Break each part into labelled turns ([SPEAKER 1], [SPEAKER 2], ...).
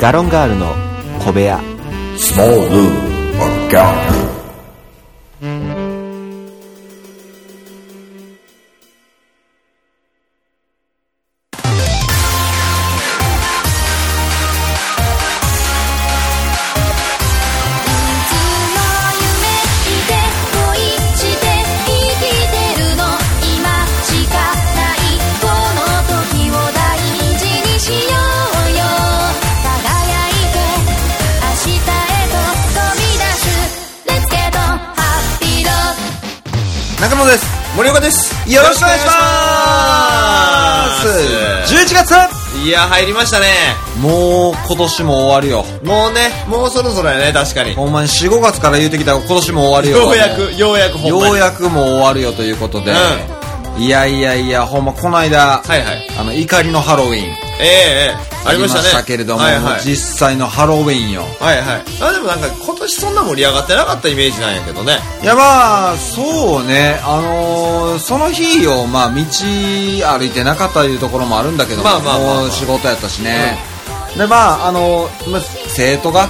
[SPEAKER 1] ガロンガールの小部屋
[SPEAKER 2] Small Room or Dark Room.
[SPEAKER 3] いつも夢見て恋して生きてるの今しかないこの時を大事にしようよ輝いて明日へと飛び出す Let's get on happy road
[SPEAKER 4] 中野です森岡です
[SPEAKER 5] よろしくお願いします11月
[SPEAKER 4] いや入りましたね
[SPEAKER 5] もう今年も終わるよ
[SPEAKER 4] もうねもうそろそろやね確かに
[SPEAKER 5] ほんまに45月から言うてきたら今年も終わるよ
[SPEAKER 4] ようやくようやくほんまに
[SPEAKER 5] ようやくもう終わるよということで、いやいやいやほんまこの間、
[SPEAKER 4] はいはい
[SPEAKER 5] あの怒りのハロウィン
[SPEAKER 4] ええええありましたね
[SPEAKER 5] けれども、
[SPEAKER 4] はいはい
[SPEAKER 5] 実際のハロウィンよ
[SPEAKER 4] はいはいあでもなんか今年そんな盛り上がってなかったイメージなんやけどね
[SPEAKER 5] いやまあそうねあのーその日をまあ道歩いてなかったというところもあるんだけど
[SPEAKER 4] まあまあまあまあ
[SPEAKER 5] もう仕事やったしね、でまああのーまあ生徒が、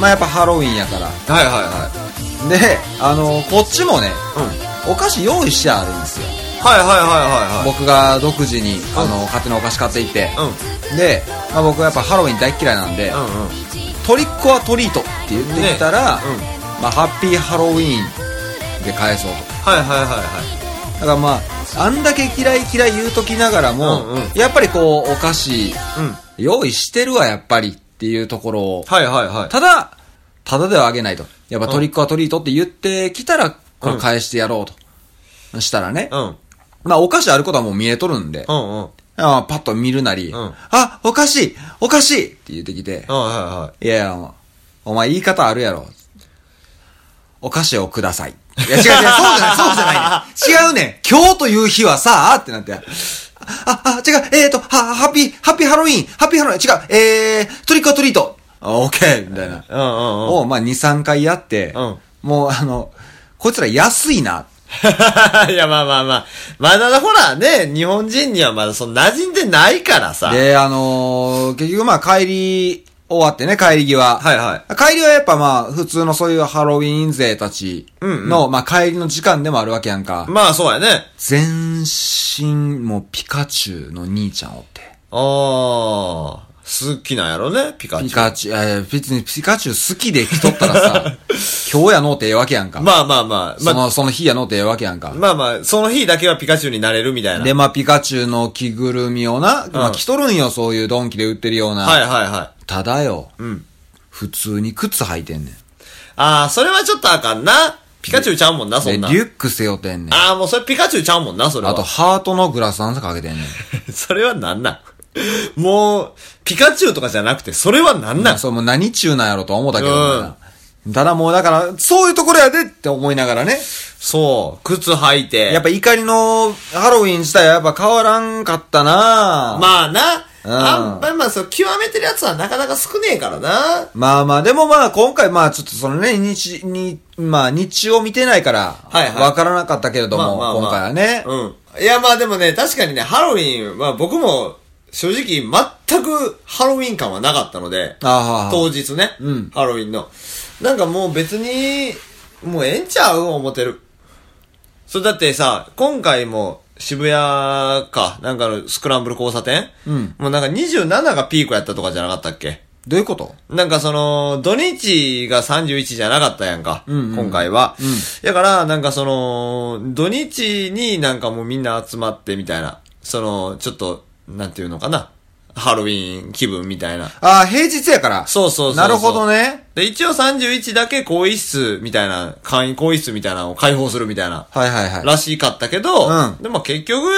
[SPEAKER 5] まあやっぱハロウィンやから
[SPEAKER 4] はいはいはい
[SPEAKER 5] であのーこっちもね、
[SPEAKER 4] うん
[SPEAKER 5] お菓子用意してあるんですよ
[SPEAKER 4] はいはいはいはいはい
[SPEAKER 5] 僕が独自に、あのー勝手なお菓子買っていって、で、まあ、僕はやっぱハロウィン大っ嫌いなんで、
[SPEAKER 4] うんうんうん
[SPEAKER 5] トリックはトリートって言ってきたら、
[SPEAKER 4] ね
[SPEAKER 5] まあ、ハッピーハロウィンで返そうと
[SPEAKER 4] はいはいはいはい
[SPEAKER 5] だからまああんだけ嫌い嫌い言うときながらも、
[SPEAKER 4] うんうん
[SPEAKER 5] やっぱりこうお菓子
[SPEAKER 4] うん
[SPEAKER 5] 用意してるわやっぱりっていうところを、
[SPEAKER 4] はいはいはい
[SPEAKER 5] ただただではあげないとやっぱトリックはトリートって言ってきたらこれ返してやろうと、したらね、
[SPEAKER 4] うん
[SPEAKER 5] まあお菓子あることはもう見えとるんで、
[SPEAKER 4] うんうん
[SPEAKER 5] ああパッと見るなり、
[SPEAKER 4] ん
[SPEAKER 5] あお菓子お菓子って言ってきて、
[SPEAKER 4] はいはいはい
[SPEAKER 5] いやいや、お前お前言い方あるやろ。お菓子をください。いや違う違う、そうじゃない、そうじゃないねん。違うねん。今日という日はさあってなって。あ、あ、違う、えーと、は、ハッピー、ハッピーハロウィン、ハッピーハロウィン、違う、えー、トリックオアトリート。あオッケーみたいな。
[SPEAKER 4] うんうんうん
[SPEAKER 5] を、まあ、2、3回やって、
[SPEAKER 4] うん
[SPEAKER 5] もう、あの、こいつら安いな。
[SPEAKER 4] いや、まあまあまあ。まだほらね、日本人にはまだその馴染んでないからさ。
[SPEAKER 5] で、あのー結局まあ、帰り、終わってね、帰り際。
[SPEAKER 4] はいはい。
[SPEAKER 5] 帰りはやっぱまあ、普通のそういうハロウィン勢たちの、まあ帰りの時間でもあるわけやんか。
[SPEAKER 4] まあそうやね。
[SPEAKER 5] 全身もうピカチュウの兄ちゃんおって。
[SPEAKER 4] ああ、好きなんやろね、ピカチュウ。
[SPEAKER 5] ピカチュウ、えー、別にピカチュウ好きで来とったら さ、今日やのうてええわけやんか。
[SPEAKER 4] まあまあまあ、
[SPEAKER 5] そ
[SPEAKER 4] まあ、
[SPEAKER 5] の、その日やのうてええわけやんか。
[SPEAKER 4] まあまあ、その日だけはピカチュウになれるみたいな。
[SPEAKER 5] で、まあピカチュウの着ぐるみをな、まあ着とるんよ、そういうドンキで売ってるような。
[SPEAKER 4] はいはいはい。
[SPEAKER 5] ただよ、
[SPEAKER 4] ん
[SPEAKER 5] 普通に靴履いてんねん。
[SPEAKER 4] ああ、それはちょっとあかんな。ピカチュウちゃうもんな、そ
[SPEAKER 5] で、リ
[SPEAKER 4] んな。
[SPEAKER 5] ュック背負ってんねん。
[SPEAKER 4] ああ、もうそれピカチュウちゃうもんな、それは。
[SPEAKER 5] あと、ハートのグラスなんかけてんねん。
[SPEAKER 4] それはなんなんもう、ピカチュウとかじゃなくて、それはなんなん、
[SPEAKER 5] そう、もう何中なんやろとは思ったけどな、ただもうだから、そういうところやでって思いながらね。
[SPEAKER 4] そう、靴履いて。
[SPEAKER 5] やっぱ怒りのハロウィン自体はやっぱ変わらんかったなま
[SPEAKER 4] まあな。
[SPEAKER 5] うん
[SPEAKER 4] あんまあまあ、そう、極めてるやつはなかなか少ねえからな。
[SPEAKER 5] まあまあ、でもまあ今回まあちょっとそのね、日、に、まあ日を見てないから、
[SPEAKER 4] はいはい
[SPEAKER 5] わからなかったけれども、
[SPEAKER 4] まあまあまあ
[SPEAKER 5] 今回はね。
[SPEAKER 4] うん。いや、まあでもね、確かにね、ハロウィンは僕も、正直、全くハロウィン感はなかったので、
[SPEAKER 5] ああ
[SPEAKER 4] 当日ね、
[SPEAKER 5] うん
[SPEAKER 4] ハロウィンの。なんかもう別に、もうええんちゃう思ってる。それだってさ、今回も渋谷か、なんかのスクランブル交差点
[SPEAKER 5] うん
[SPEAKER 4] もうなんか27がピークやったとかじゃなかったっけ
[SPEAKER 5] どういうこと
[SPEAKER 4] なんかその、土日が31じゃなかったやんか、
[SPEAKER 5] うんうん
[SPEAKER 4] 今回は。
[SPEAKER 5] うん
[SPEAKER 4] だから、なんかその、土日になんかもうみんな集まってみたいな、その、ちょっと、なんていうのかな、ハロウィン気分みたいな。
[SPEAKER 5] ああ、平日やから。
[SPEAKER 4] そうそうそうそう
[SPEAKER 5] なるほどね。
[SPEAKER 4] で、一応31だけ更衣室みたいな、簡易更衣室みたいなのを開放するみたいな、
[SPEAKER 5] はいはいはい。
[SPEAKER 4] らしかったけど、
[SPEAKER 5] うん
[SPEAKER 4] でも結局、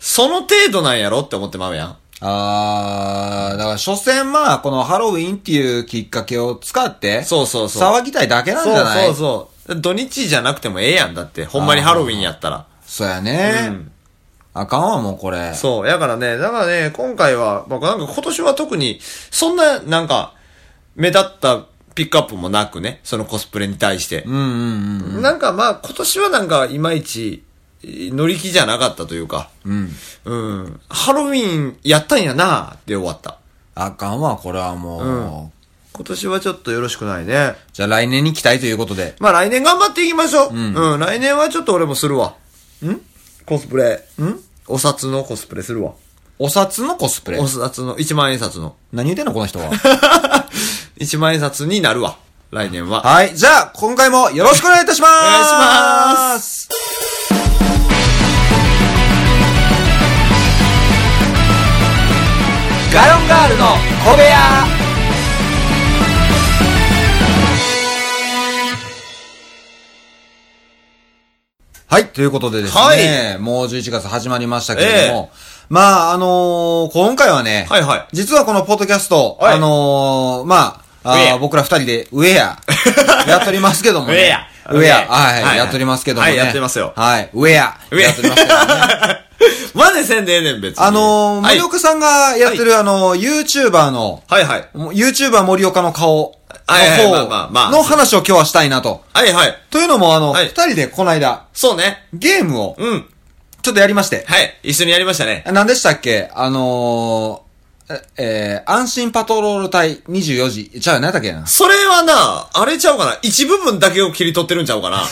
[SPEAKER 4] その程度なんやろって思ってまうやん。
[SPEAKER 5] ああ、だから、所詮まあ、このハロウィンっていうきっかけを使って、
[SPEAKER 4] そうそうそう
[SPEAKER 5] 騒ぎたいだけなんじゃない
[SPEAKER 4] そうそうそう。土日じゃなくてもええやん、だって。ほんまにハロウィンやったら。
[SPEAKER 5] そうやね、
[SPEAKER 4] うん
[SPEAKER 5] あかんわ、もうこれ。
[SPEAKER 4] そう。やからね、だからね、今回は、まあ、なんか今年は特に、そんな、なんか、目立ったピックアップもなくね、そのコスプレに対して。
[SPEAKER 5] うんうんうん。
[SPEAKER 4] なんかまあ、今年はなんか、いまいち、乗り気じゃなかったというか、
[SPEAKER 5] うん。
[SPEAKER 4] うん。ハロウィンやったんやなって終わった。
[SPEAKER 5] あかんわ、これはもう。
[SPEAKER 4] うん今年はちょっとよろしくないね。
[SPEAKER 5] じゃあ来年に期待ということで。
[SPEAKER 4] まあ来年頑張っていきましょう。うん。来年はちょっと俺もするわ。んコスプレ。んお札のコスプレするわ。
[SPEAKER 5] お札のコスプレ
[SPEAKER 4] お。札の、一万円札の。
[SPEAKER 5] 何言ってんの、この人は。
[SPEAKER 4] 一万円札になるわ。来年は。
[SPEAKER 5] はい。じゃあ、今回もよろしくお願いいたします。お。
[SPEAKER 4] 願いします
[SPEAKER 5] ガロンガールの小部屋。はい。ということでですね。
[SPEAKER 4] はい
[SPEAKER 5] もう11月始まりましたけれども。まあ、あのー今回はね。
[SPEAKER 4] はいはい
[SPEAKER 5] 実はこのポッドキャスト、
[SPEAKER 4] はい
[SPEAKER 5] あのーまあ、あ
[SPEAKER 4] ウェ
[SPEAKER 5] ー
[SPEAKER 4] ア
[SPEAKER 5] 僕ら二人でウェ アやっておりますけども、ね。
[SPEAKER 4] ウェア
[SPEAKER 5] ウェア
[SPEAKER 4] ウェア
[SPEAKER 5] はい、
[SPEAKER 4] はい
[SPEAKER 5] やっておりますけども、ね。
[SPEAKER 4] はいやってますよ
[SPEAKER 5] はい。ウェア。
[SPEAKER 4] ウェア
[SPEAKER 5] やっており ますけどもね。
[SPEAKER 4] までせんでええねん、別に。
[SPEAKER 5] あのー、
[SPEAKER 4] はい
[SPEAKER 5] 森岡さんがやってる、あのー、YouTuber の、
[SPEAKER 4] はいはい。
[SPEAKER 5] YouTuber 森岡の顔
[SPEAKER 4] はいはい
[SPEAKER 5] の
[SPEAKER 4] まあま
[SPEAKER 5] 方
[SPEAKER 4] あまあ
[SPEAKER 5] の話を今日はしたいなと。
[SPEAKER 4] はいはい。
[SPEAKER 5] というのも、あの、二、
[SPEAKER 4] はい
[SPEAKER 5] 人でこの間、
[SPEAKER 4] そうね。
[SPEAKER 5] ゲームを、
[SPEAKER 4] うん。
[SPEAKER 5] ちょっとやりまして。
[SPEAKER 4] はい。一緒にやりましたね。
[SPEAKER 5] 何でしたっけあのー、え、えー安心パトロール隊24時。ちゃう、何やったっけな
[SPEAKER 4] それはな、あれちゃうかな。一部分だけを切り取ってるんちゃう かな。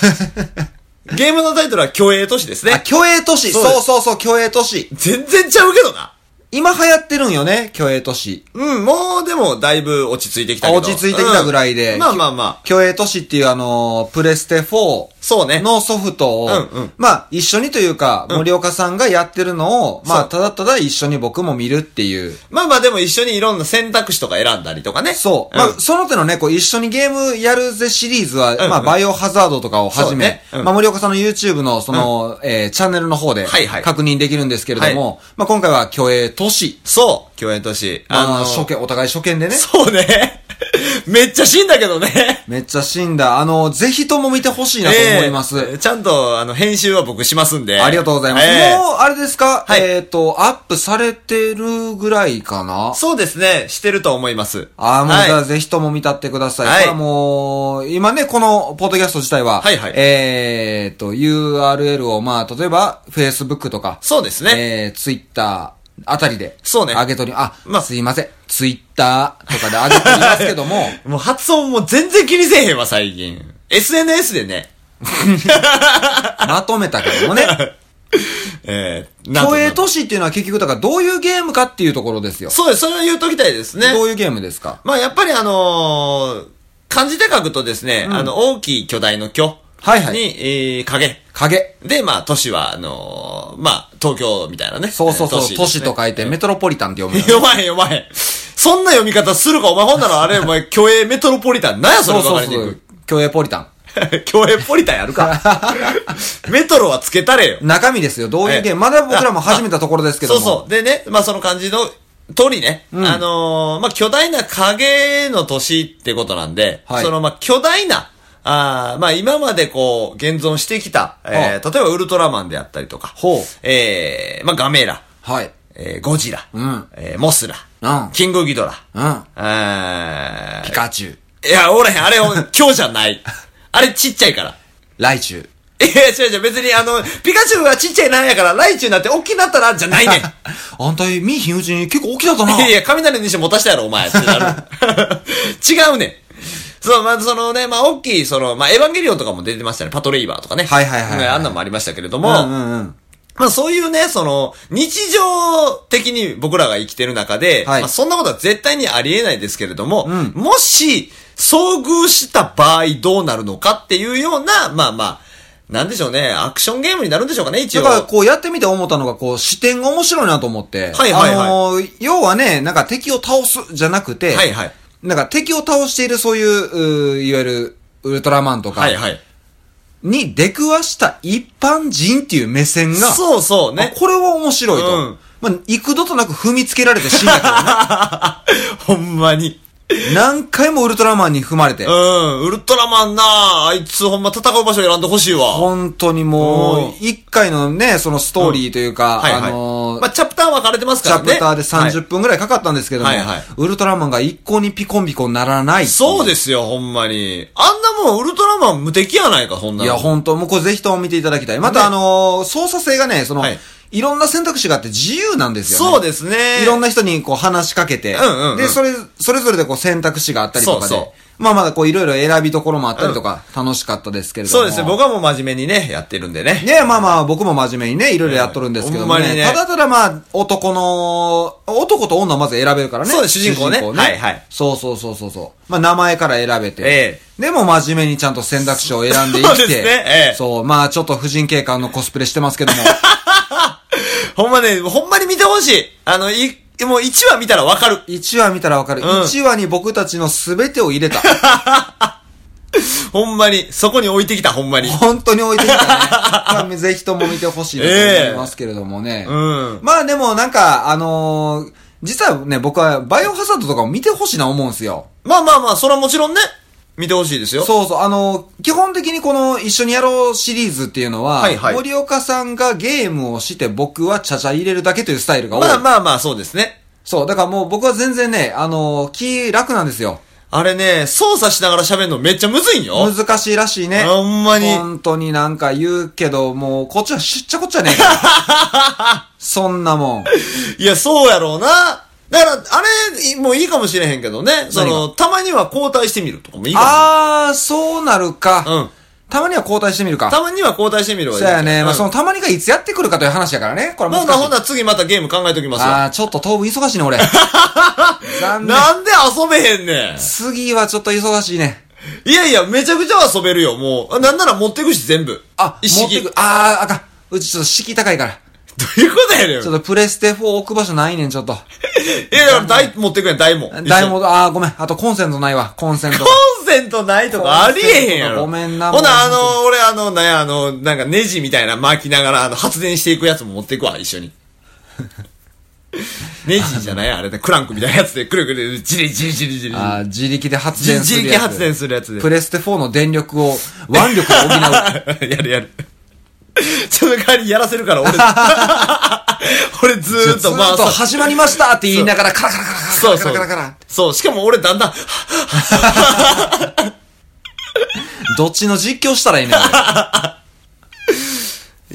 [SPEAKER 4] ゲームのタイトルは虚栄都市です
[SPEAKER 5] あ、
[SPEAKER 4] ね。
[SPEAKER 5] 虚栄都市。
[SPEAKER 4] そうです
[SPEAKER 5] そうそうそう、虚栄都市。
[SPEAKER 4] 全然ちゃうけどな。
[SPEAKER 5] 今流行ってるんよね、虚栄都市。
[SPEAKER 4] うん、もうでもだいぶ落ち着いてきたけど。
[SPEAKER 5] 落ち着いてきたぐらいで。
[SPEAKER 4] うんまあまあまあ。
[SPEAKER 5] 虚栄都市っていうあのープレステ4
[SPEAKER 4] そうね。
[SPEAKER 5] のソフトを、
[SPEAKER 4] うんうん
[SPEAKER 5] まあ一緒にというか、森岡さんがやってるのを、まあ
[SPEAKER 4] そう
[SPEAKER 5] ただただ一緒に僕も見るっていう。
[SPEAKER 4] まあまあでも一緒にいろんな選択肢とか選んだりとかね。
[SPEAKER 5] そう。まあ、その手のね、こう、一緒にゲームやるぜシリーズは、
[SPEAKER 4] ん
[SPEAKER 5] まあ、バイオハザードとかをはじめ、
[SPEAKER 4] そうねうん
[SPEAKER 5] まあ、森岡さんの YouTube の、その、えーチャンネルの方で
[SPEAKER 4] はいは、い
[SPEAKER 5] 確認できるんですけれども、まあ、今回は、競泳都市。
[SPEAKER 4] そう。共演都市。
[SPEAKER 5] あの、
[SPEAKER 4] ー
[SPEAKER 5] 初見、お互い初見でね。
[SPEAKER 4] そうね。めっちゃ死んだけどね。
[SPEAKER 5] めっちゃ死んだ。あの、ぜひとも見てほしいなと思います。
[SPEAKER 4] ええちゃんと、あの、編集は僕しますんで。
[SPEAKER 5] ありがとうございます。
[SPEAKER 4] ええ
[SPEAKER 5] もう、あれですか、
[SPEAKER 4] はい
[SPEAKER 5] えっ、と、アップされてるぐらいかな
[SPEAKER 4] そうですね。してると思います。
[SPEAKER 5] ああ、もう
[SPEAKER 4] はい
[SPEAKER 5] じゃあぜひとも見たってください。
[SPEAKER 4] はい
[SPEAKER 5] これはもう、今ね、このポッドキャスト自体は、
[SPEAKER 4] はいはい
[SPEAKER 5] えーっと、URL を、まあ、例えば、Facebook とか、
[SPEAKER 4] そうですね。
[SPEAKER 5] えー、Twitter あたりで、
[SPEAKER 4] そうね
[SPEAKER 5] 上げとり、あ、
[SPEAKER 4] まあ
[SPEAKER 5] すいません、Twitter とかで上げとりますけど も、
[SPEAKER 4] もう発音も全然気にせえへんわ、最近。SNS でね。
[SPEAKER 5] まとめたけど もね、
[SPEAKER 4] ええなんと
[SPEAKER 5] 競
[SPEAKER 4] な
[SPEAKER 5] 泳
[SPEAKER 4] く
[SPEAKER 5] 都市っていうのは結局、だからどういうゲームかっていうところですよ。
[SPEAKER 4] そうです。それを言うときたいですね。
[SPEAKER 5] どういうゲームですか
[SPEAKER 4] まあ、やっぱりあのー漢字で書くとですね、あの、大きい巨大の巨。
[SPEAKER 5] はいはい
[SPEAKER 4] に、えー影。
[SPEAKER 5] 影。
[SPEAKER 4] で、まあ、都市は、あのーまあ、東京みたいなね。
[SPEAKER 5] そうそうそう、
[SPEAKER 4] え
[SPEAKER 5] 都
[SPEAKER 4] ー
[SPEAKER 5] 市,、
[SPEAKER 4] です
[SPEAKER 5] と
[SPEAKER 4] ね
[SPEAKER 5] 書いて、メトロポリタンって読む のよ。
[SPEAKER 4] 読まへん読まへん。そんな読み方するか、お前ほんならあれ、お前、競泳メトロポリタン。なんやそれ分かりにくい。
[SPEAKER 5] 競泳ポリタン。
[SPEAKER 4] 競泳ポリタンや るか。メトロはつけたれよ。
[SPEAKER 5] 中身ですよ。どういうゲーム、ま
[SPEAKER 4] え
[SPEAKER 5] だ僕らも始めたところですけど
[SPEAKER 4] そ
[SPEAKER 5] も。
[SPEAKER 4] うそう。でね、まあその感じの通りね、
[SPEAKER 5] ん
[SPEAKER 4] あのーまあ巨大な影の都市ってことなんで、
[SPEAKER 5] はい
[SPEAKER 4] そのまあ巨大な、あーまあ今までこう、現存してきた、えー例えばウルトラマンであったりとか、
[SPEAKER 5] ほう
[SPEAKER 4] えーまあガメラ、
[SPEAKER 5] はい。
[SPEAKER 4] えーゴジラ、
[SPEAKER 5] ん
[SPEAKER 4] えーモスラ、
[SPEAKER 5] うん
[SPEAKER 4] キングギドラ、
[SPEAKER 5] うん。
[SPEAKER 4] あー
[SPEAKER 5] ピカチュウ。
[SPEAKER 4] いや、おらへん。あれ、お今日じゃない。 あれちっちゃいから。
[SPEAKER 5] ライチュウ。
[SPEAKER 4] いや、違う違う、別にあの、ピカチュウがちっちゃいなんやから、ライチュウなんて大きなったら、じゃないねん。
[SPEAKER 5] あんた、見えひん うちに結構大きだったな。
[SPEAKER 4] いやいや、雷にして持たしたやろ、お前。ってなる 違うねん。そう、まあ、そのね、まあ、大きい、その、まあ、エヴァンゲリオンとかも出てましたね。パトレイバーとかね。
[SPEAKER 5] はいはいはいはい
[SPEAKER 4] ねあんなんもありましたけれども、
[SPEAKER 5] うんうんうん。
[SPEAKER 4] まあ、そういうね、その、日常的に僕らが生きてる中で、
[SPEAKER 5] はい
[SPEAKER 4] まあ、そんなことは絶対にありえないですけれども、
[SPEAKER 5] ん
[SPEAKER 4] もし、遭遇した場合どうなるのかっていうような、まあまあ、なんでしょうね、アクションゲームになるんでしょうかね、一
[SPEAKER 5] だ
[SPEAKER 4] 応。
[SPEAKER 5] から、こうやってみて思ったのが、こう、視点が面白いなと思って。
[SPEAKER 4] はいはいは
[SPEAKER 5] あ
[SPEAKER 4] い
[SPEAKER 5] のー要はね、なんか敵を倒す、じゃなくて。
[SPEAKER 4] はいはい。
[SPEAKER 5] なんか敵を倒している、そういう、うーいわゆる、ウルトラマンとか。
[SPEAKER 4] はいはい。
[SPEAKER 5] に出くわした一般人っていう目線が。
[SPEAKER 4] そうそうね
[SPEAKER 5] あ。これは面白いと。
[SPEAKER 4] うん
[SPEAKER 5] まあ、幾度となく踏みつけられて死んだけ ど。
[SPEAKER 4] ほんまに。
[SPEAKER 5] 何回もウルトラマンに踏まれて、
[SPEAKER 4] うん、ウルトラマンなああいつほんま戦う場所選んでほしいわ。
[SPEAKER 5] 本当にもう
[SPEAKER 4] うん、
[SPEAKER 5] 一回のね、そのストーリーというか、
[SPEAKER 4] はいはい。
[SPEAKER 5] あのー
[SPEAKER 4] まあ、チャプターは分かれてます
[SPEAKER 5] チ
[SPEAKER 4] から
[SPEAKER 5] ャ
[SPEAKER 4] ね。
[SPEAKER 5] プターで
[SPEAKER 4] は
[SPEAKER 5] 30分ぐらいかかったんですけども、
[SPEAKER 4] はいはい
[SPEAKER 5] ウルトラマンが一向にピコンピコンならない。
[SPEAKER 4] い。そうですすよ、ほんまに。あんなもん、ウルトラマン無敵やないか、そんないの
[SPEAKER 5] や、本当もうこれぜひとも見ていただきたい。また、
[SPEAKER 4] ね
[SPEAKER 5] あのー操作性がね、その、
[SPEAKER 4] はい
[SPEAKER 5] いろんな選択肢があって自由なんですよね。
[SPEAKER 4] そうですね
[SPEAKER 5] いろんな人にこう話しかけて、
[SPEAKER 4] うんうんうん
[SPEAKER 5] で、それ、それぞれでこう選択肢があったりとかで、
[SPEAKER 4] そうそ
[SPEAKER 5] まあまだこういろいろ選びどころもあったりとか、楽しかったですけれども。
[SPEAKER 4] そうですね。僕はもう真面目にね、やってるんでね。
[SPEAKER 5] ねまあまあ、僕も真面目にね、いろいろやっとるんですけども
[SPEAKER 4] ほんま
[SPEAKER 5] ね。
[SPEAKER 4] にね
[SPEAKER 5] ただただまあ、男の、男と女をまず選べるからね。
[SPEAKER 4] そうです主人公ねはいはい
[SPEAKER 5] そうそうそうそうそう。まあ、名前から選べて。
[SPEAKER 4] え
[SPEAKER 5] でも真面目にちゃんと選択肢を選んで生きて。
[SPEAKER 4] そうですねええ
[SPEAKER 5] そう、まあ、ちょっと婦人警官のコスプレしてますけ ども。
[SPEAKER 4] ほんまね、ほんまに見てほしい。あの、い、もう1話見たらわかる。
[SPEAKER 5] 1話見たらわかる。
[SPEAKER 4] うん
[SPEAKER 5] 1話に僕たちの全てを入れた。
[SPEAKER 4] ほんまに、そこに置いてきた、ほん まに。
[SPEAKER 5] 本当に置いてき たね。ぜひとも見てほしいなと思いますけれどもね。
[SPEAKER 4] うん
[SPEAKER 5] まあでもなんか、あのー実はね、僕はバイオハザードとかも見てほしいな思うんですよ。
[SPEAKER 4] まあまあまあ、それはもちろんね、見てほしいですよ。
[SPEAKER 5] そうそう、あのー基本的にこの一緒にやろうシリーズっていうのは、
[SPEAKER 4] はいはい
[SPEAKER 5] 森岡さんがゲームをして僕はちゃちゃ入れるだけというスタイルが多い。
[SPEAKER 4] まあまあまあ、そうですね。
[SPEAKER 5] そう、だからもう僕は全然ね、あのー気楽なんですよ。
[SPEAKER 4] あれね、操作しながら喋るのめっちゃむずいんよ。
[SPEAKER 5] 難しいらしいね。
[SPEAKER 4] ほんまに
[SPEAKER 5] 本当になんか言うけど、もう、こっちはしっちゃこっちゃね えから。そんなもん。
[SPEAKER 4] いや、そうやろうな。だから、あれ、いもういいかもしれへんけどね。その、たまには交代してみるとかもいいか
[SPEAKER 5] あー、そうなるか。
[SPEAKER 4] うん
[SPEAKER 5] たまには交代してみる
[SPEAKER 4] も。た
[SPEAKER 5] か。
[SPEAKER 4] まには交代してみるわ。
[SPEAKER 5] そうやね。まあ、その
[SPEAKER 4] の、
[SPEAKER 5] たまにがいつやってくるかという話やからね。これは
[SPEAKER 4] ほ
[SPEAKER 5] 難しい。
[SPEAKER 4] なほな、次またゲーム考えときますよ。
[SPEAKER 5] あー、ちょっと当分忙しいね、 俺。残念。
[SPEAKER 4] なんで遊べへんね
[SPEAKER 5] 次はちょっと忙しいね。
[SPEAKER 4] ん。いやいや、めちゃくちゃ遊べるよ、もう。なんなら持ってくし、全部。
[SPEAKER 5] あ、
[SPEAKER 4] 一
[SPEAKER 5] 持っ
[SPEAKER 4] 式。
[SPEAKER 5] て
[SPEAKER 4] ど
[SPEAKER 5] く。 あー、あかん。うちちょっと敷居高いから。
[SPEAKER 4] ういうことやねん。
[SPEAKER 5] ちょっとプレステ4置く場所ないねん、ちょっと。
[SPEAKER 4] いや、だから台持ってくやん、台も。
[SPEAKER 5] 台も、あー、ごめん。あとコンセントないわ、コンセントが。
[SPEAKER 4] コンセントないとかありえへんやろ。
[SPEAKER 5] ごめんな
[SPEAKER 4] ほな、
[SPEAKER 5] も
[SPEAKER 4] あ
[SPEAKER 5] う
[SPEAKER 4] の、俺あの、なんや、あの、なんかネジみたいな巻きながら、あの、発電していくやつも持っていくわ、一緒に。 ネジじゃないあれね、クランクみたいなやつで、くるくる、じりじりじりじり。
[SPEAKER 5] あー自力で発
[SPEAKER 4] じ
[SPEAKER 5] 電す
[SPEAKER 4] 自
[SPEAKER 5] るやつ。
[SPEAKER 4] 力発電するやつで
[SPEAKER 5] プ。レステ4の電力を腕力で補う。
[SPEAKER 4] やるやる。その代わりやらせるから、俺。 俺ずーっ
[SPEAKER 5] ず
[SPEAKER 4] と、
[SPEAKER 5] っ
[SPEAKER 4] まあ、
[SPEAKER 5] と
[SPEAKER 4] そう
[SPEAKER 5] 始まりましたって言いながら、カラカラカラカ
[SPEAKER 4] そ
[SPEAKER 5] ラ
[SPEAKER 4] う
[SPEAKER 5] カ
[SPEAKER 4] そ
[SPEAKER 5] ラ
[SPEAKER 4] う
[SPEAKER 5] カラカラ。。
[SPEAKER 4] そう、しかも俺だんだん、
[SPEAKER 5] どっちの実況したらいい ねん俺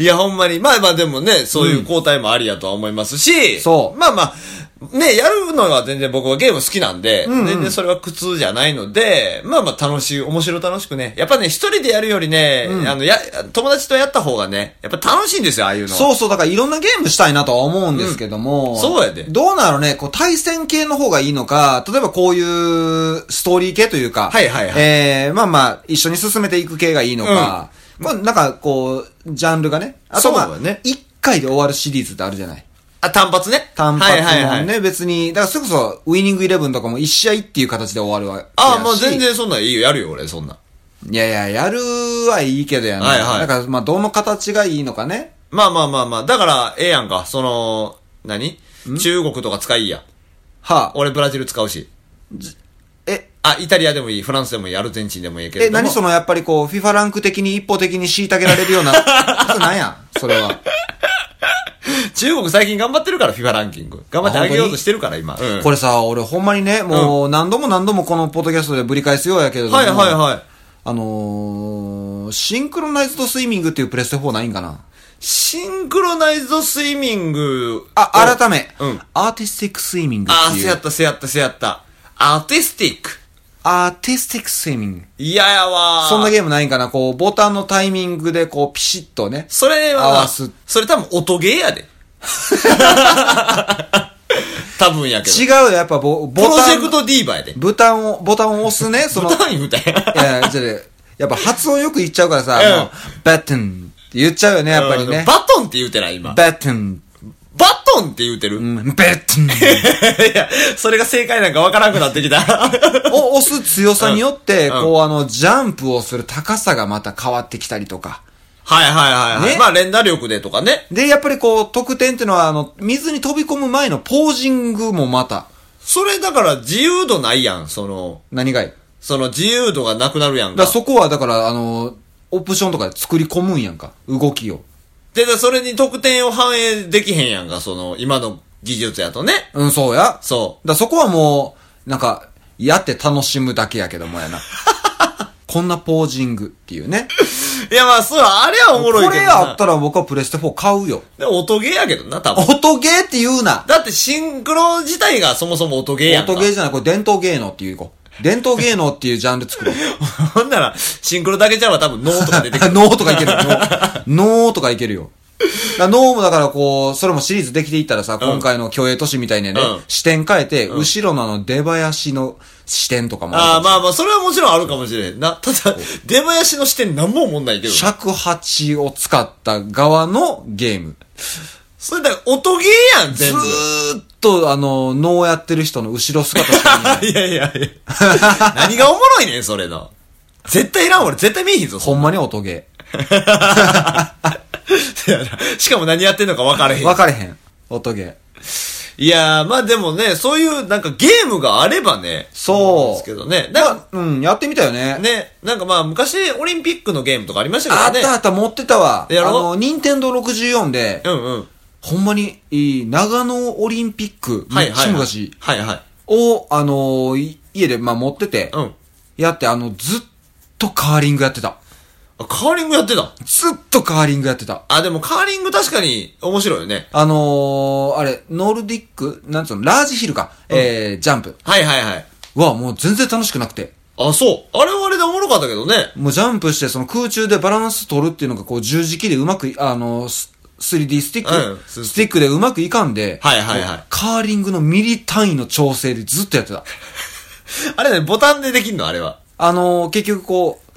[SPEAKER 4] いや、ほんまに。まあまあでもね、そういう交代もありやとは思いますし、
[SPEAKER 5] そう
[SPEAKER 4] まあまあ、ね、やるのは全然僕はゲーム好きなんで、全然それは苦痛じゃないので、まあまあ楽しい、面白楽しくね。やっぱね、一人でやるよりね、あの、や、友達とやった方がね、やっぱ楽しいんですよ、ああいうのは。
[SPEAKER 5] そうそう、だからいろんなゲームしたいなとは思うんですけども。
[SPEAKER 4] んそうやで
[SPEAKER 5] どうなのね、こう対戦系の方がいいのか、例えばこういうストーリー系というか。
[SPEAKER 4] はいはいはい
[SPEAKER 5] えー、まあまあ、一緒に進めていく系がいいのか。まあなんかこう、ジャンルがね。あとま
[SPEAKER 4] そ
[SPEAKER 5] あ、
[SPEAKER 4] うだね
[SPEAKER 5] 一回で終わるシリーズってあるじゃない。
[SPEAKER 4] あ、単発ね。
[SPEAKER 5] 単発もね、
[SPEAKER 4] はいはいはい。
[SPEAKER 5] 別に、だからそれこそ、ウイニングイレブンとかも一試合っていう形で終わるわけやし。
[SPEAKER 4] ああ、もう全。然そんなんいいよ、やるよ、俺、そんなん。
[SPEAKER 5] いやいや、やるはいいけどやな。
[SPEAKER 4] はいはい
[SPEAKER 5] だから、まあ、どの形がいいのかね。
[SPEAKER 4] まあまあまあまあ、だから、ええやんか、その、何中国とか使いや。
[SPEAKER 5] はあ、
[SPEAKER 4] 俺ブラジル使うし。
[SPEAKER 5] え、
[SPEAKER 4] あ、イタリアでもいい、フランスでもいい、アルゼンチンでもいいけれ
[SPEAKER 5] え、
[SPEAKER 4] ども。
[SPEAKER 5] 何その、やっぱりこう、FIFA ランク的に一方的に虐げられるよう な。それなんやそれは。
[SPEAKER 4] 中国最近頑張ってるから、FIFA ランキング。頑張って上げようとしてるから、今。うん
[SPEAKER 5] これさ、俺ほんまにね、もう何度も何度もこのポッドキャストでぶり返すようやけれども。
[SPEAKER 4] はいはいはい。
[SPEAKER 5] あのー、シンクロナイズドスイミングっていうプレステ4ないんかな
[SPEAKER 4] シンクロナイズドスイミング。
[SPEAKER 5] あ、改め、
[SPEAKER 4] うん
[SPEAKER 5] アーティスティックスイミング
[SPEAKER 4] あ
[SPEAKER 5] っ
[SPEAKER 4] ー、
[SPEAKER 5] てい
[SPEAKER 4] せ
[SPEAKER 5] う
[SPEAKER 4] や。ったせやったせやった。アーティスティック。
[SPEAKER 5] アーティスティックスイミング。
[SPEAKER 4] 嫌やわー。
[SPEAKER 5] そんなゲームないんかなこう、ボタンのタイミングで、こう、ピシッとね。
[SPEAKER 4] それは
[SPEAKER 5] 合
[SPEAKER 4] な
[SPEAKER 5] わす、
[SPEAKER 4] それ多分音ゲー やで。多分やけど。
[SPEAKER 5] 違うよ、やっぱボ、
[SPEAKER 4] プ
[SPEAKER 5] ボ
[SPEAKER 4] ロジ
[SPEAKER 5] タ
[SPEAKER 4] ェク
[SPEAKER 5] ン、
[SPEAKER 4] ト D バーやで。
[SPEAKER 5] ボタンを、ボタンを押すね、その、い
[SPEAKER 4] ボタン言うたやん。
[SPEAKER 5] や、じゃあねやっぱ発音よく言っちゃうからさ、
[SPEAKER 4] うん
[SPEAKER 5] もう、バトンって言っちゃうよね、やっぱりね。
[SPEAKER 4] バトンって言うてない、今。バ
[SPEAKER 5] バトン、
[SPEAKER 4] トンって言うてる。
[SPEAKER 5] う
[SPEAKER 4] い
[SPEAKER 5] んバト ン。
[SPEAKER 4] や、それが正解なんかわからなくなってきた。
[SPEAKER 5] を押す強さによって、
[SPEAKER 4] うん
[SPEAKER 5] こう、あの、ジャンプをする高さがまた変わってきたりとか。
[SPEAKER 4] はいはいはいはい。
[SPEAKER 5] ね
[SPEAKER 4] まあ連打力でとかね。
[SPEAKER 5] で、やっぱりこう、得点っていうのは、あの、水に飛び込む前のポージングもまた、
[SPEAKER 4] それだから自由度ないやん、その、
[SPEAKER 5] 何がいい
[SPEAKER 4] その自由度がなくなるやん
[SPEAKER 5] だか
[SPEAKER 4] か。
[SPEAKER 5] らそこは、だから、あの、オプションとかで作り込むんやんか。動きを。
[SPEAKER 4] で、でそれに得点を反映できへんやんか、その、今の技術やとね。
[SPEAKER 5] うん、そうや。だか
[SPEAKER 4] そ
[SPEAKER 5] らそこはもう、なんか、 やって楽しむだけやけどもやな。こんなポージングっていうね。
[SPEAKER 4] う。いや、まあ、そう、あれはおもろい
[SPEAKER 5] こ
[SPEAKER 4] けど
[SPEAKER 5] れ
[SPEAKER 4] な。
[SPEAKER 5] あったら僕はプレステ4買うよ。
[SPEAKER 4] でも音ゲーやけどな、多分。
[SPEAKER 5] 音ゲーって言うな。
[SPEAKER 4] だってシンクロ自体がそもそも音ゲーやんか。
[SPEAKER 5] 音ゲーじゃない、これ伝統芸能っていうこう。伝統芸能っていうジャンル作ろう。
[SPEAKER 4] ほんなら、シンクロだけじゃんは多分脳とか出てく
[SPEAKER 5] あ
[SPEAKER 4] る。
[SPEAKER 5] ノーとかいける。ノーとかいけるよ。だノーもだからこう、それもシリーズできていったらさ、今回の競泳都市みたいにね、
[SPEAKER 4] うん
[SPEAKER 5] 視点変えて、後ろのあの出囃子の視点とかもる
[SPEAKER 4] ああ、まあまあ、それはもちろんあるかもしれんな。ただ、出囃子の視点なんも思んないけど。
[SPEAKER 5] 尺八を使った側のゲーム。
[SPEAKER 4] それだから音ゲーやん、
[SPEAKER 5] ず
[SPEAKER 4] 全部。
[SPEAKER 5] ーっと、あの、脳やってる人の後ろ姿し か見ない。
[SPEAKER 4] いやいやいや。何がおもろいねん、それの。絶対いらん、俺。絶対見えひんぞ、そ
[SPEAKER 5] ほ
[SPEAKER 4] ん
[SPEAKER 5] ん まに音ゲ
[SPEAKER 4] なやな。しかも何やってんのか分からへ
[SPEAKER 5] ー。
[SPEAKER 4] ん。
[SPEAKER 5] 分かれへん。音ゲー。
[SPEAKER 4] いやー、まあでもね、そういう、なんかゲームがあればね。
[SPEAKER 5] そう
[SPEAKER 4] ですけどね。なんか、
[SPEAKER 5] うん、やってみたよね。
[SPEAKER 4] ね、なんかまあ、昔オリンピックのゲームとかありました
[SPEAKER 5] あっ
[SPEAKER 4] けど
[SPEAKER 5] たあ
[SPEAKER 4] ね。
[SPEAKER 5] った、持ってたわ。
[SPEAKER 4] や
[SPEAKER 5] あ
[SPEAKER 4] ろ
[SPEAKER 5] の、ニンテンドー64で、
[SPEAKER 4] うんうん。
[SPEAKER 5] ほんまに、いい長野オリンピック、
[SPEAKER 4] は
[SPEAKER 5] はいい
[SPEAKER 4] はい、はい。
[SPEAKER 5] 昔
[SPEAKER 4] はいはい。
[SPEAKER 5] を、あのーい家で、まあ、持ってて、
[SPEAKER 4] うん。
[SPEAKER 5] やって、あの、ずっとカーリングやってた。
[SPEAKER 4] あカーリングやってた。
[SPEAKER 5] ずっとカーリングやってた。
[SPEAKER 4] あ、でもカーリング確かに面白いよね。
[SPEAKER 5] あのーあれ、ノルディックなんつうのラージヒルか。えー、ジャンプ。
[SPEAKER 4] はいはいはい。
[SPEAKER 5] は、もう全然楽しくなくて。
[SPEAKER 4] あ、そう。あれはあれでおもろかったけどね。
[SPEAKER 5] もうジャンプして、その空中でバランス取るっていうのが、こう、十字キーでうまくい、あのース 3D スティック、
[SPEAKER 4] うん
[SPEAKER 5] スティックでうまくいかんで、
[SPEAKER 4] はいはいはい
[SPEAKER 5] もうカーリングのミリ単位の調整でずっとやってた。
[SPEAKER 4] あれね、ボタンでできんのあれは。
[SPEAKER 5] あのー結局こう、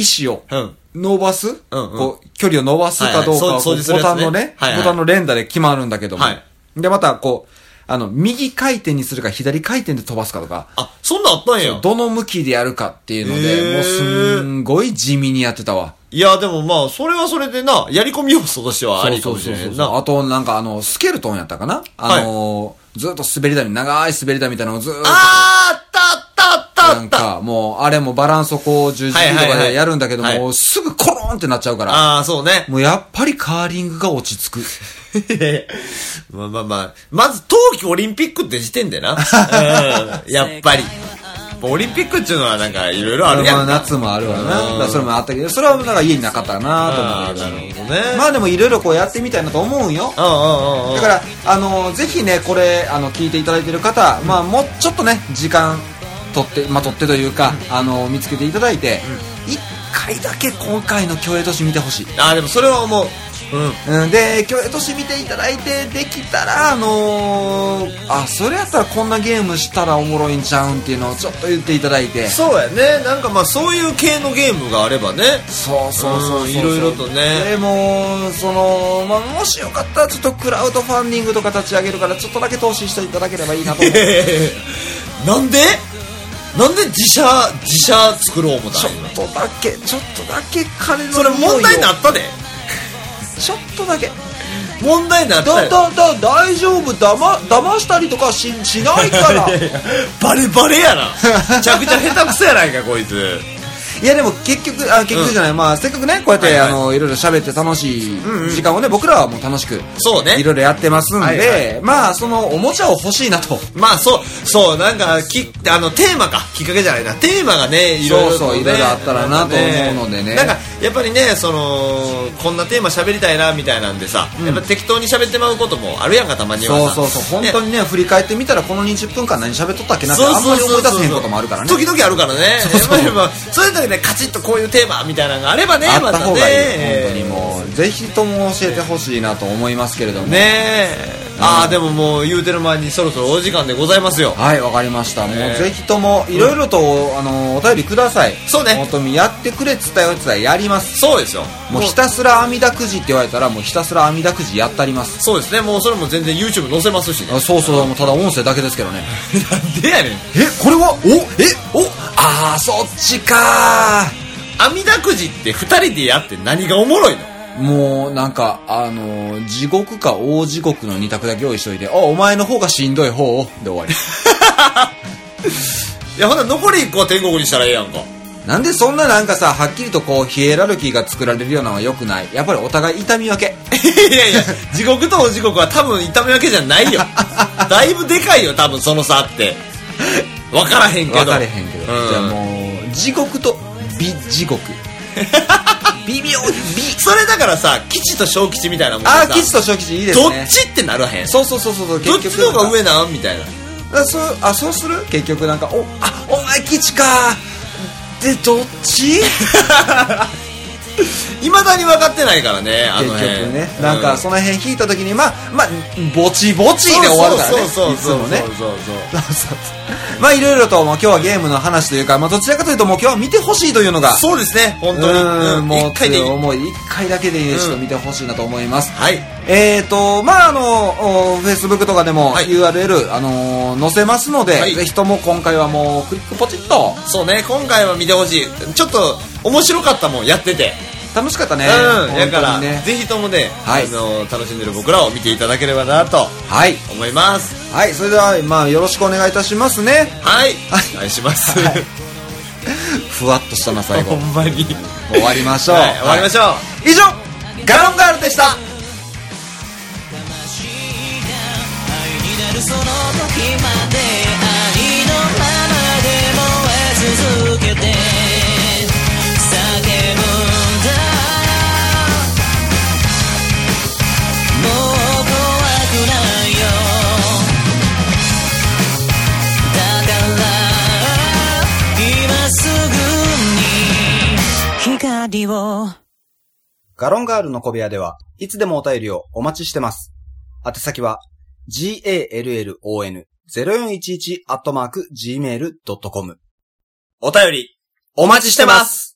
[SPEAKER 5] 石を
[SPEAKER 4] うん
[SPEAKER 5] 伸ばす、
[SPEAKER 4] うんうん
[SPEAKER 5] こう距離を伸ばすかどうか
[SPEAKER 4] はいは
[SPEAKER 5] はいこ
[SPEAKER 4] 掃除掃除
[SPEAKER 5] う
[SPEAKER 4] する
[SPEAKER 5] ボタ
[SPEAKER 4] やつ
[SPEAKER 5] ン
[SPEAKER 4] ね
[SPEAKER 5] のね、
[SPEAKER 4] はいはい
[SPEAKER 5] ボタンの連打で決まるんだけども。
[SPEAKER 4] はい
[SPEAKER 5] で、またこう、あの、右回転にするか左回転で飛ばすかとか、
[SPEAKER 4] あ、そんなんあったんや。
[SPEAKER 5] どの向きでやるかっていうの
[SPEAKER 4] へー
[SPEAKER 5] で、もうすんごい地味にやってたわ。
[SPEAKER 4] いや、でもまあ、それはそれでな、やり込み要素としてはありかもしれ
[SPEAKER 5] そう
[SPEAKER 4] な
[SPEAKER 5] そう
[SPEAKER 4] い
[SPEAKER 5] そうそう
[SPEAKER 4] な。
[SPEAKER 5] あと、なんかあの、スケルトンやったかなあのー、ずっと滑り台、長い滑り台みたいなのをずーっと。
[SPEAKER 4] あーあったあったあった
[SPEAKER 5] な
[SPEAKER 4] あっ
[SPEAKER 5] ん
[SPEAKER 4] た
[SPEAKER 5] か、もう、あれもバランスをこう、十字キーと
[SPEAKER 4] はい
[SPEAKER 5] か
[SPEAKER 4] はいはい
[SPEAKER 5] でやるんだけど
[SPEAKER 4] は
[SPEAKER 5] も、
[SPEAKER 4] い
[SPEAKER 5] すぐコロンってなっちゃうから、
[SPEAKER 4] ああ、そうね。
[SPEAKER 5] もうやっぱりカーリングが落ち着く。
[SPEAKER 4] まあまあまあ、まず冬季オリンピックって時点でな。 うんやっぱり。オリンピックっていうのはなんかいろいろあるや
[SPEAKER 5] まあ
[SPEAKER 4] んか。
[SPEAKER 5] 夏もあるわな。だからそれもあったけど、それはなんか家になかったなと思
[SPEAKER 4] あ
[SPEAKER 5] う
[SPEAKER 4] ー
[SPEAKER 5] けど
[SPEAKER 4] なるほど
[SPEAKER 5] ま
[SPEAKER 4] ね。
[SPEAKER 5] あでもいろいろこうやってみたいなと思うんよ。
[SPEAKER 4] うんうんうんうん
[SPEAKER 5] だから、あのぜひね、これ、あの、聞いていただいてる方、まあもうちょっとね、時間、取って、まあ取ってというか、あの見つけていただいて、一回だけ今回の競泳都市見てほしい。
[SPEAKER 4] あーでもそれは思う。うん。
[SPEAKER 5] うん、で、競泳都市見ていただいて、できたら、あのーあ、それやったらこんなゲームしたらおもろいんちゃうんっていうのをちょっと言っていただいて。
[SPEAKER 4] そうやね。なんかまあそういう系のゲームがあればね。
[SPEAKER 5] そうそうそう
[SPEAKER 4] う
[SPEAKER 5] そ
[SPEAKER 4] ん
[SPEAKER 5] う
[SPEAKER 4] いろいろとね
[SPEAKER 5] でもその、まあ、もしよかったらちょっとクラウドファンディングとか立ち上げるからちょっとだけ投資していただければいいなと思う
[SPEAKER 4] なんでなんで自社、自社作ろう思ったん今
[SPEAKER 5] ちょっとだけちょっとだけ金の
[SPEAKER 4] それ問題にな
[SPEAKER 5] っ
[SPEAKER 4] ったで。
[SPEAKER 5] ちょっとだけ
[SPEAKER 4] 問題になった
[SPEAKER 5] だ
[SPEAKER 4] よ。
[SPEAKER 5] だだ大丈夫だま騙したりとかししないから い
[SPEAKER 4] バレバレやな。 めちゃくちゃ下手くそやないか、こいつ。
[SPEAKER 5] やでも結局あ結局じゃない、まあせっかくねこうやって、
[SPEAKER 4] はいはい
[SPEAKER 5] いあのいろいろ喋って楽しい時間をね、僕らはもう楽しく
[SPEAKER 4] そうね
[SPEAKER 5] いろいろやってますんで、
[SPEAKER 4] はいは
[SPEAKER 5] まあそのおもちゃを欲しいなと
[SPEAKER 4] まあそう、そう、なんか、き、あの、テーマか、きっかけじゃないな、テーマがね、いろいろとね、
[SPEAKER 5] そうそういろいろあったらなと思うのでね
[SPEAKER 4] なんか、やっぱりね、その、こんなテーマ喋りたいな、みたいなんでさ、やっぱ適当に喋ってまうこともあるやんか、たまには
[SPEAKER 5] そう
[SPEAKER 4] さ。
[SPEAKER 5] そうそう、本当
[SPEAKER 4] ね
[SPEAKER 5] にね、振り返ってみたら、この20分間何喋っとったっけなって、
[SPEAKER 4] そう
[SPEAKER 5] あん
[SPEAKER 4] そ
[SPEAKER 5] ま
[SPEAKER 4] う
[SPEAKER 5] り
[SPEAKER 4] そ
[SPEAKER 5] 思
[SPEAKER 4] う
[SPEAKER 5] い出せへん
[SPEAKER 4] そう
[SPEAKER 5] こともあるからね。
[SPEAKER 4] 時々あるから ね
[SPEAKER 5] そうそう
[SPEAKER 4] やっぱりまあそういう時ねカチッとこういうテーマみたいなのがあればね
[SPEAKER 5] あっ
[SPEAKER 4] ま
[SPEAKER 5] た
[SPEAKER 4] た
[SPEAKER 5] 方
[SPEAKER 4] ね
[SPEAKER 5] がいい。本当にもう、ぜひとも教えてほしいなと思いますけれども。
[SPEAKER 4] ねえああでももう言うてる前にそろそろお時間でございますよ
[SPEAKER 5] はい、わかりました。もう
[SPEAKER 4] ね
[SPEAKER 5] ぜひとも、いろいろと、あの、お便りください。
[SPEAKER 4] そうね
[SPEAKER 5] 本当にやってくれっつったよっつったらやります。
[SPEAKER 4] そうですよ
[SPEAKER 5] もうひたすら網だくじって言われたら、もうひたすら網だくじやったります。
[SPEAKER 4] そうですねもうそれも全然 YouTube 載せますしね
[SPEAKER 5] あそうそう、もうただ音声だけですけどね。
[SPEAKER 4] なんでやねん
[SPEAKER 5] え、これは、お、え、お、あー、そっちかー。
[SPEAKER 4] 網だくじって二人でやって何がおもろいの
[SPEAKER 5] もうなんか、あのー地獄か大地獄の二択だけ用意しといて、あ、お前の方がしんどい方を、で終 わり。
[SPEAKER 4] いやほんなら残り一個は天国にしたらええやんか
[SPEAKER 5] なんでそんななんかさ、はっきりとこう、ヒエラルキーが作られるようなのは良くない。やっぱりお互い痛み分け。
[SPEAKER 4] いやいや地獄と地獄は多分痛みわけじゃな いよだいぶでかいよ多分その差って分からへんけど
[SPEAKER 5] 分かれへんけど。
[SPEAKER 4] うん
[SPEAKER 5] じゃあもう、地獄と美地獄。微妙に微
[SPEAKER 4] それだからさ、吉と小吉みたいなもんで
[SPEAKER 5] あ
[SPEAKER 4] さ
[SPEAKER 5] あ吉と小吉いいです
[SPEAKER 4] ど
[SPEAKER 5] ね
[SPEAKER 4] っちってならへん。
[SPEAKER 5] そうそうそうそう
[SPEAKER 4] どっちの方が上
[SPEAKER 5] な
[SPEAKER 4] なんみたいな。
[SPEAKER 5] あそうあそうする結局なんかおあお前吉かでどっち
[SPEAKER 4] いまだに分かってないからね、 あ
[SPEAKER 5] 結
[SPEAKER 4] の
[SPEAKER 5] 局
[SPEAKER 4] 辺。
[SPEAKER 5] ねなんかその辺引いた時にまあまあぼちぼち
[SPEAKER 4] うん
[SPEAKER 5] で終わるからね
[SPEAKER 4] そうそう
[SPEAKER 5] いつ
[SPEAKER 4] そうそ
[SPEAKER 5] も
[SPEAKER 4] う
[SPEAKER 5] ね
[SPEAKER 4] そうそうそう
[SPEAKER 5] そうそうそうまあいろいろともう今日はゲームの話というか、まあ、どちらかというともう今日は見てほしいというのが
[SPEAKER 4] そうですね、本当に。
[SPEAKER 5] うん
[SPEAKER 4] うん
[SPEAKER 5] もう
[SPEAKER 4] 一回でいい。
[SPEAKER 5] 強い
[SPEAKER 4] は
[SPEAKER 5] 思い一回だけでいいですちょっと見てほしいなと思います、
[SPEAKER 4] い。
[SPEAKER 5] えーと、まああの、フェイスブックとかでも
[SPEAKER 4] はい
[SPEAKER 5] URL、あのー載せますので、
[SPEAKER 4] はい
[SPEAKER 5] ぜひとも今回はもうクリックポチッと。
[SPEAKER 4] そうね、今回は見てほしい。ちょっと、面白かったもん、やってて。
[SPEAKER 5] 楽しかったね。
[SPEAKER 4] うん。だか
[SPEAKER 5] 本当
[SPEAKER 4] ら、
[SPEAKER 5] にね。
[SPEAKER 4] ぜひともね、
[SPEAKER 5] は
[SPEAKER 4] あ
[SPEAKER 5] い
[SPEAKER 4] の、楽しんでる僕らを見ていただければなと
[SPEAKER 5] はい。
[SPEAKER 4] 思います。
[SPEAKER 5] はい、それでは、まあよろしくお願いいたしますね。
[SPEAKER 4] はい
[SPEAKER 5] はい。
[SPEAKER 4] お願いします。
[SPEAKER 5] ふわっとしたな、最 後。
[SPEAKER 4] ほ
[SPEAKER 5] もうん
[SPEAKER 4] まに。
[SPEAKER 5] 終わりましょう。
[SPEAKER 4] はい、終わりましょう。
[SPEAKER 5] う。以上、ガロンガールでした。
[SPEAKER 6] その時まで愛のままで燃え続けて叫ぶんだもう怖くないよだから今すぐに光を
[SPEAKER 5] ガロンガールの小部屋では、いつでもお便りをお待ちしてます。宛先は、gallon0411-gmail.com。
[SPEAKER 4] お便り、
[SPEAKER 5] お待ちして
[SPEAKER 4] ます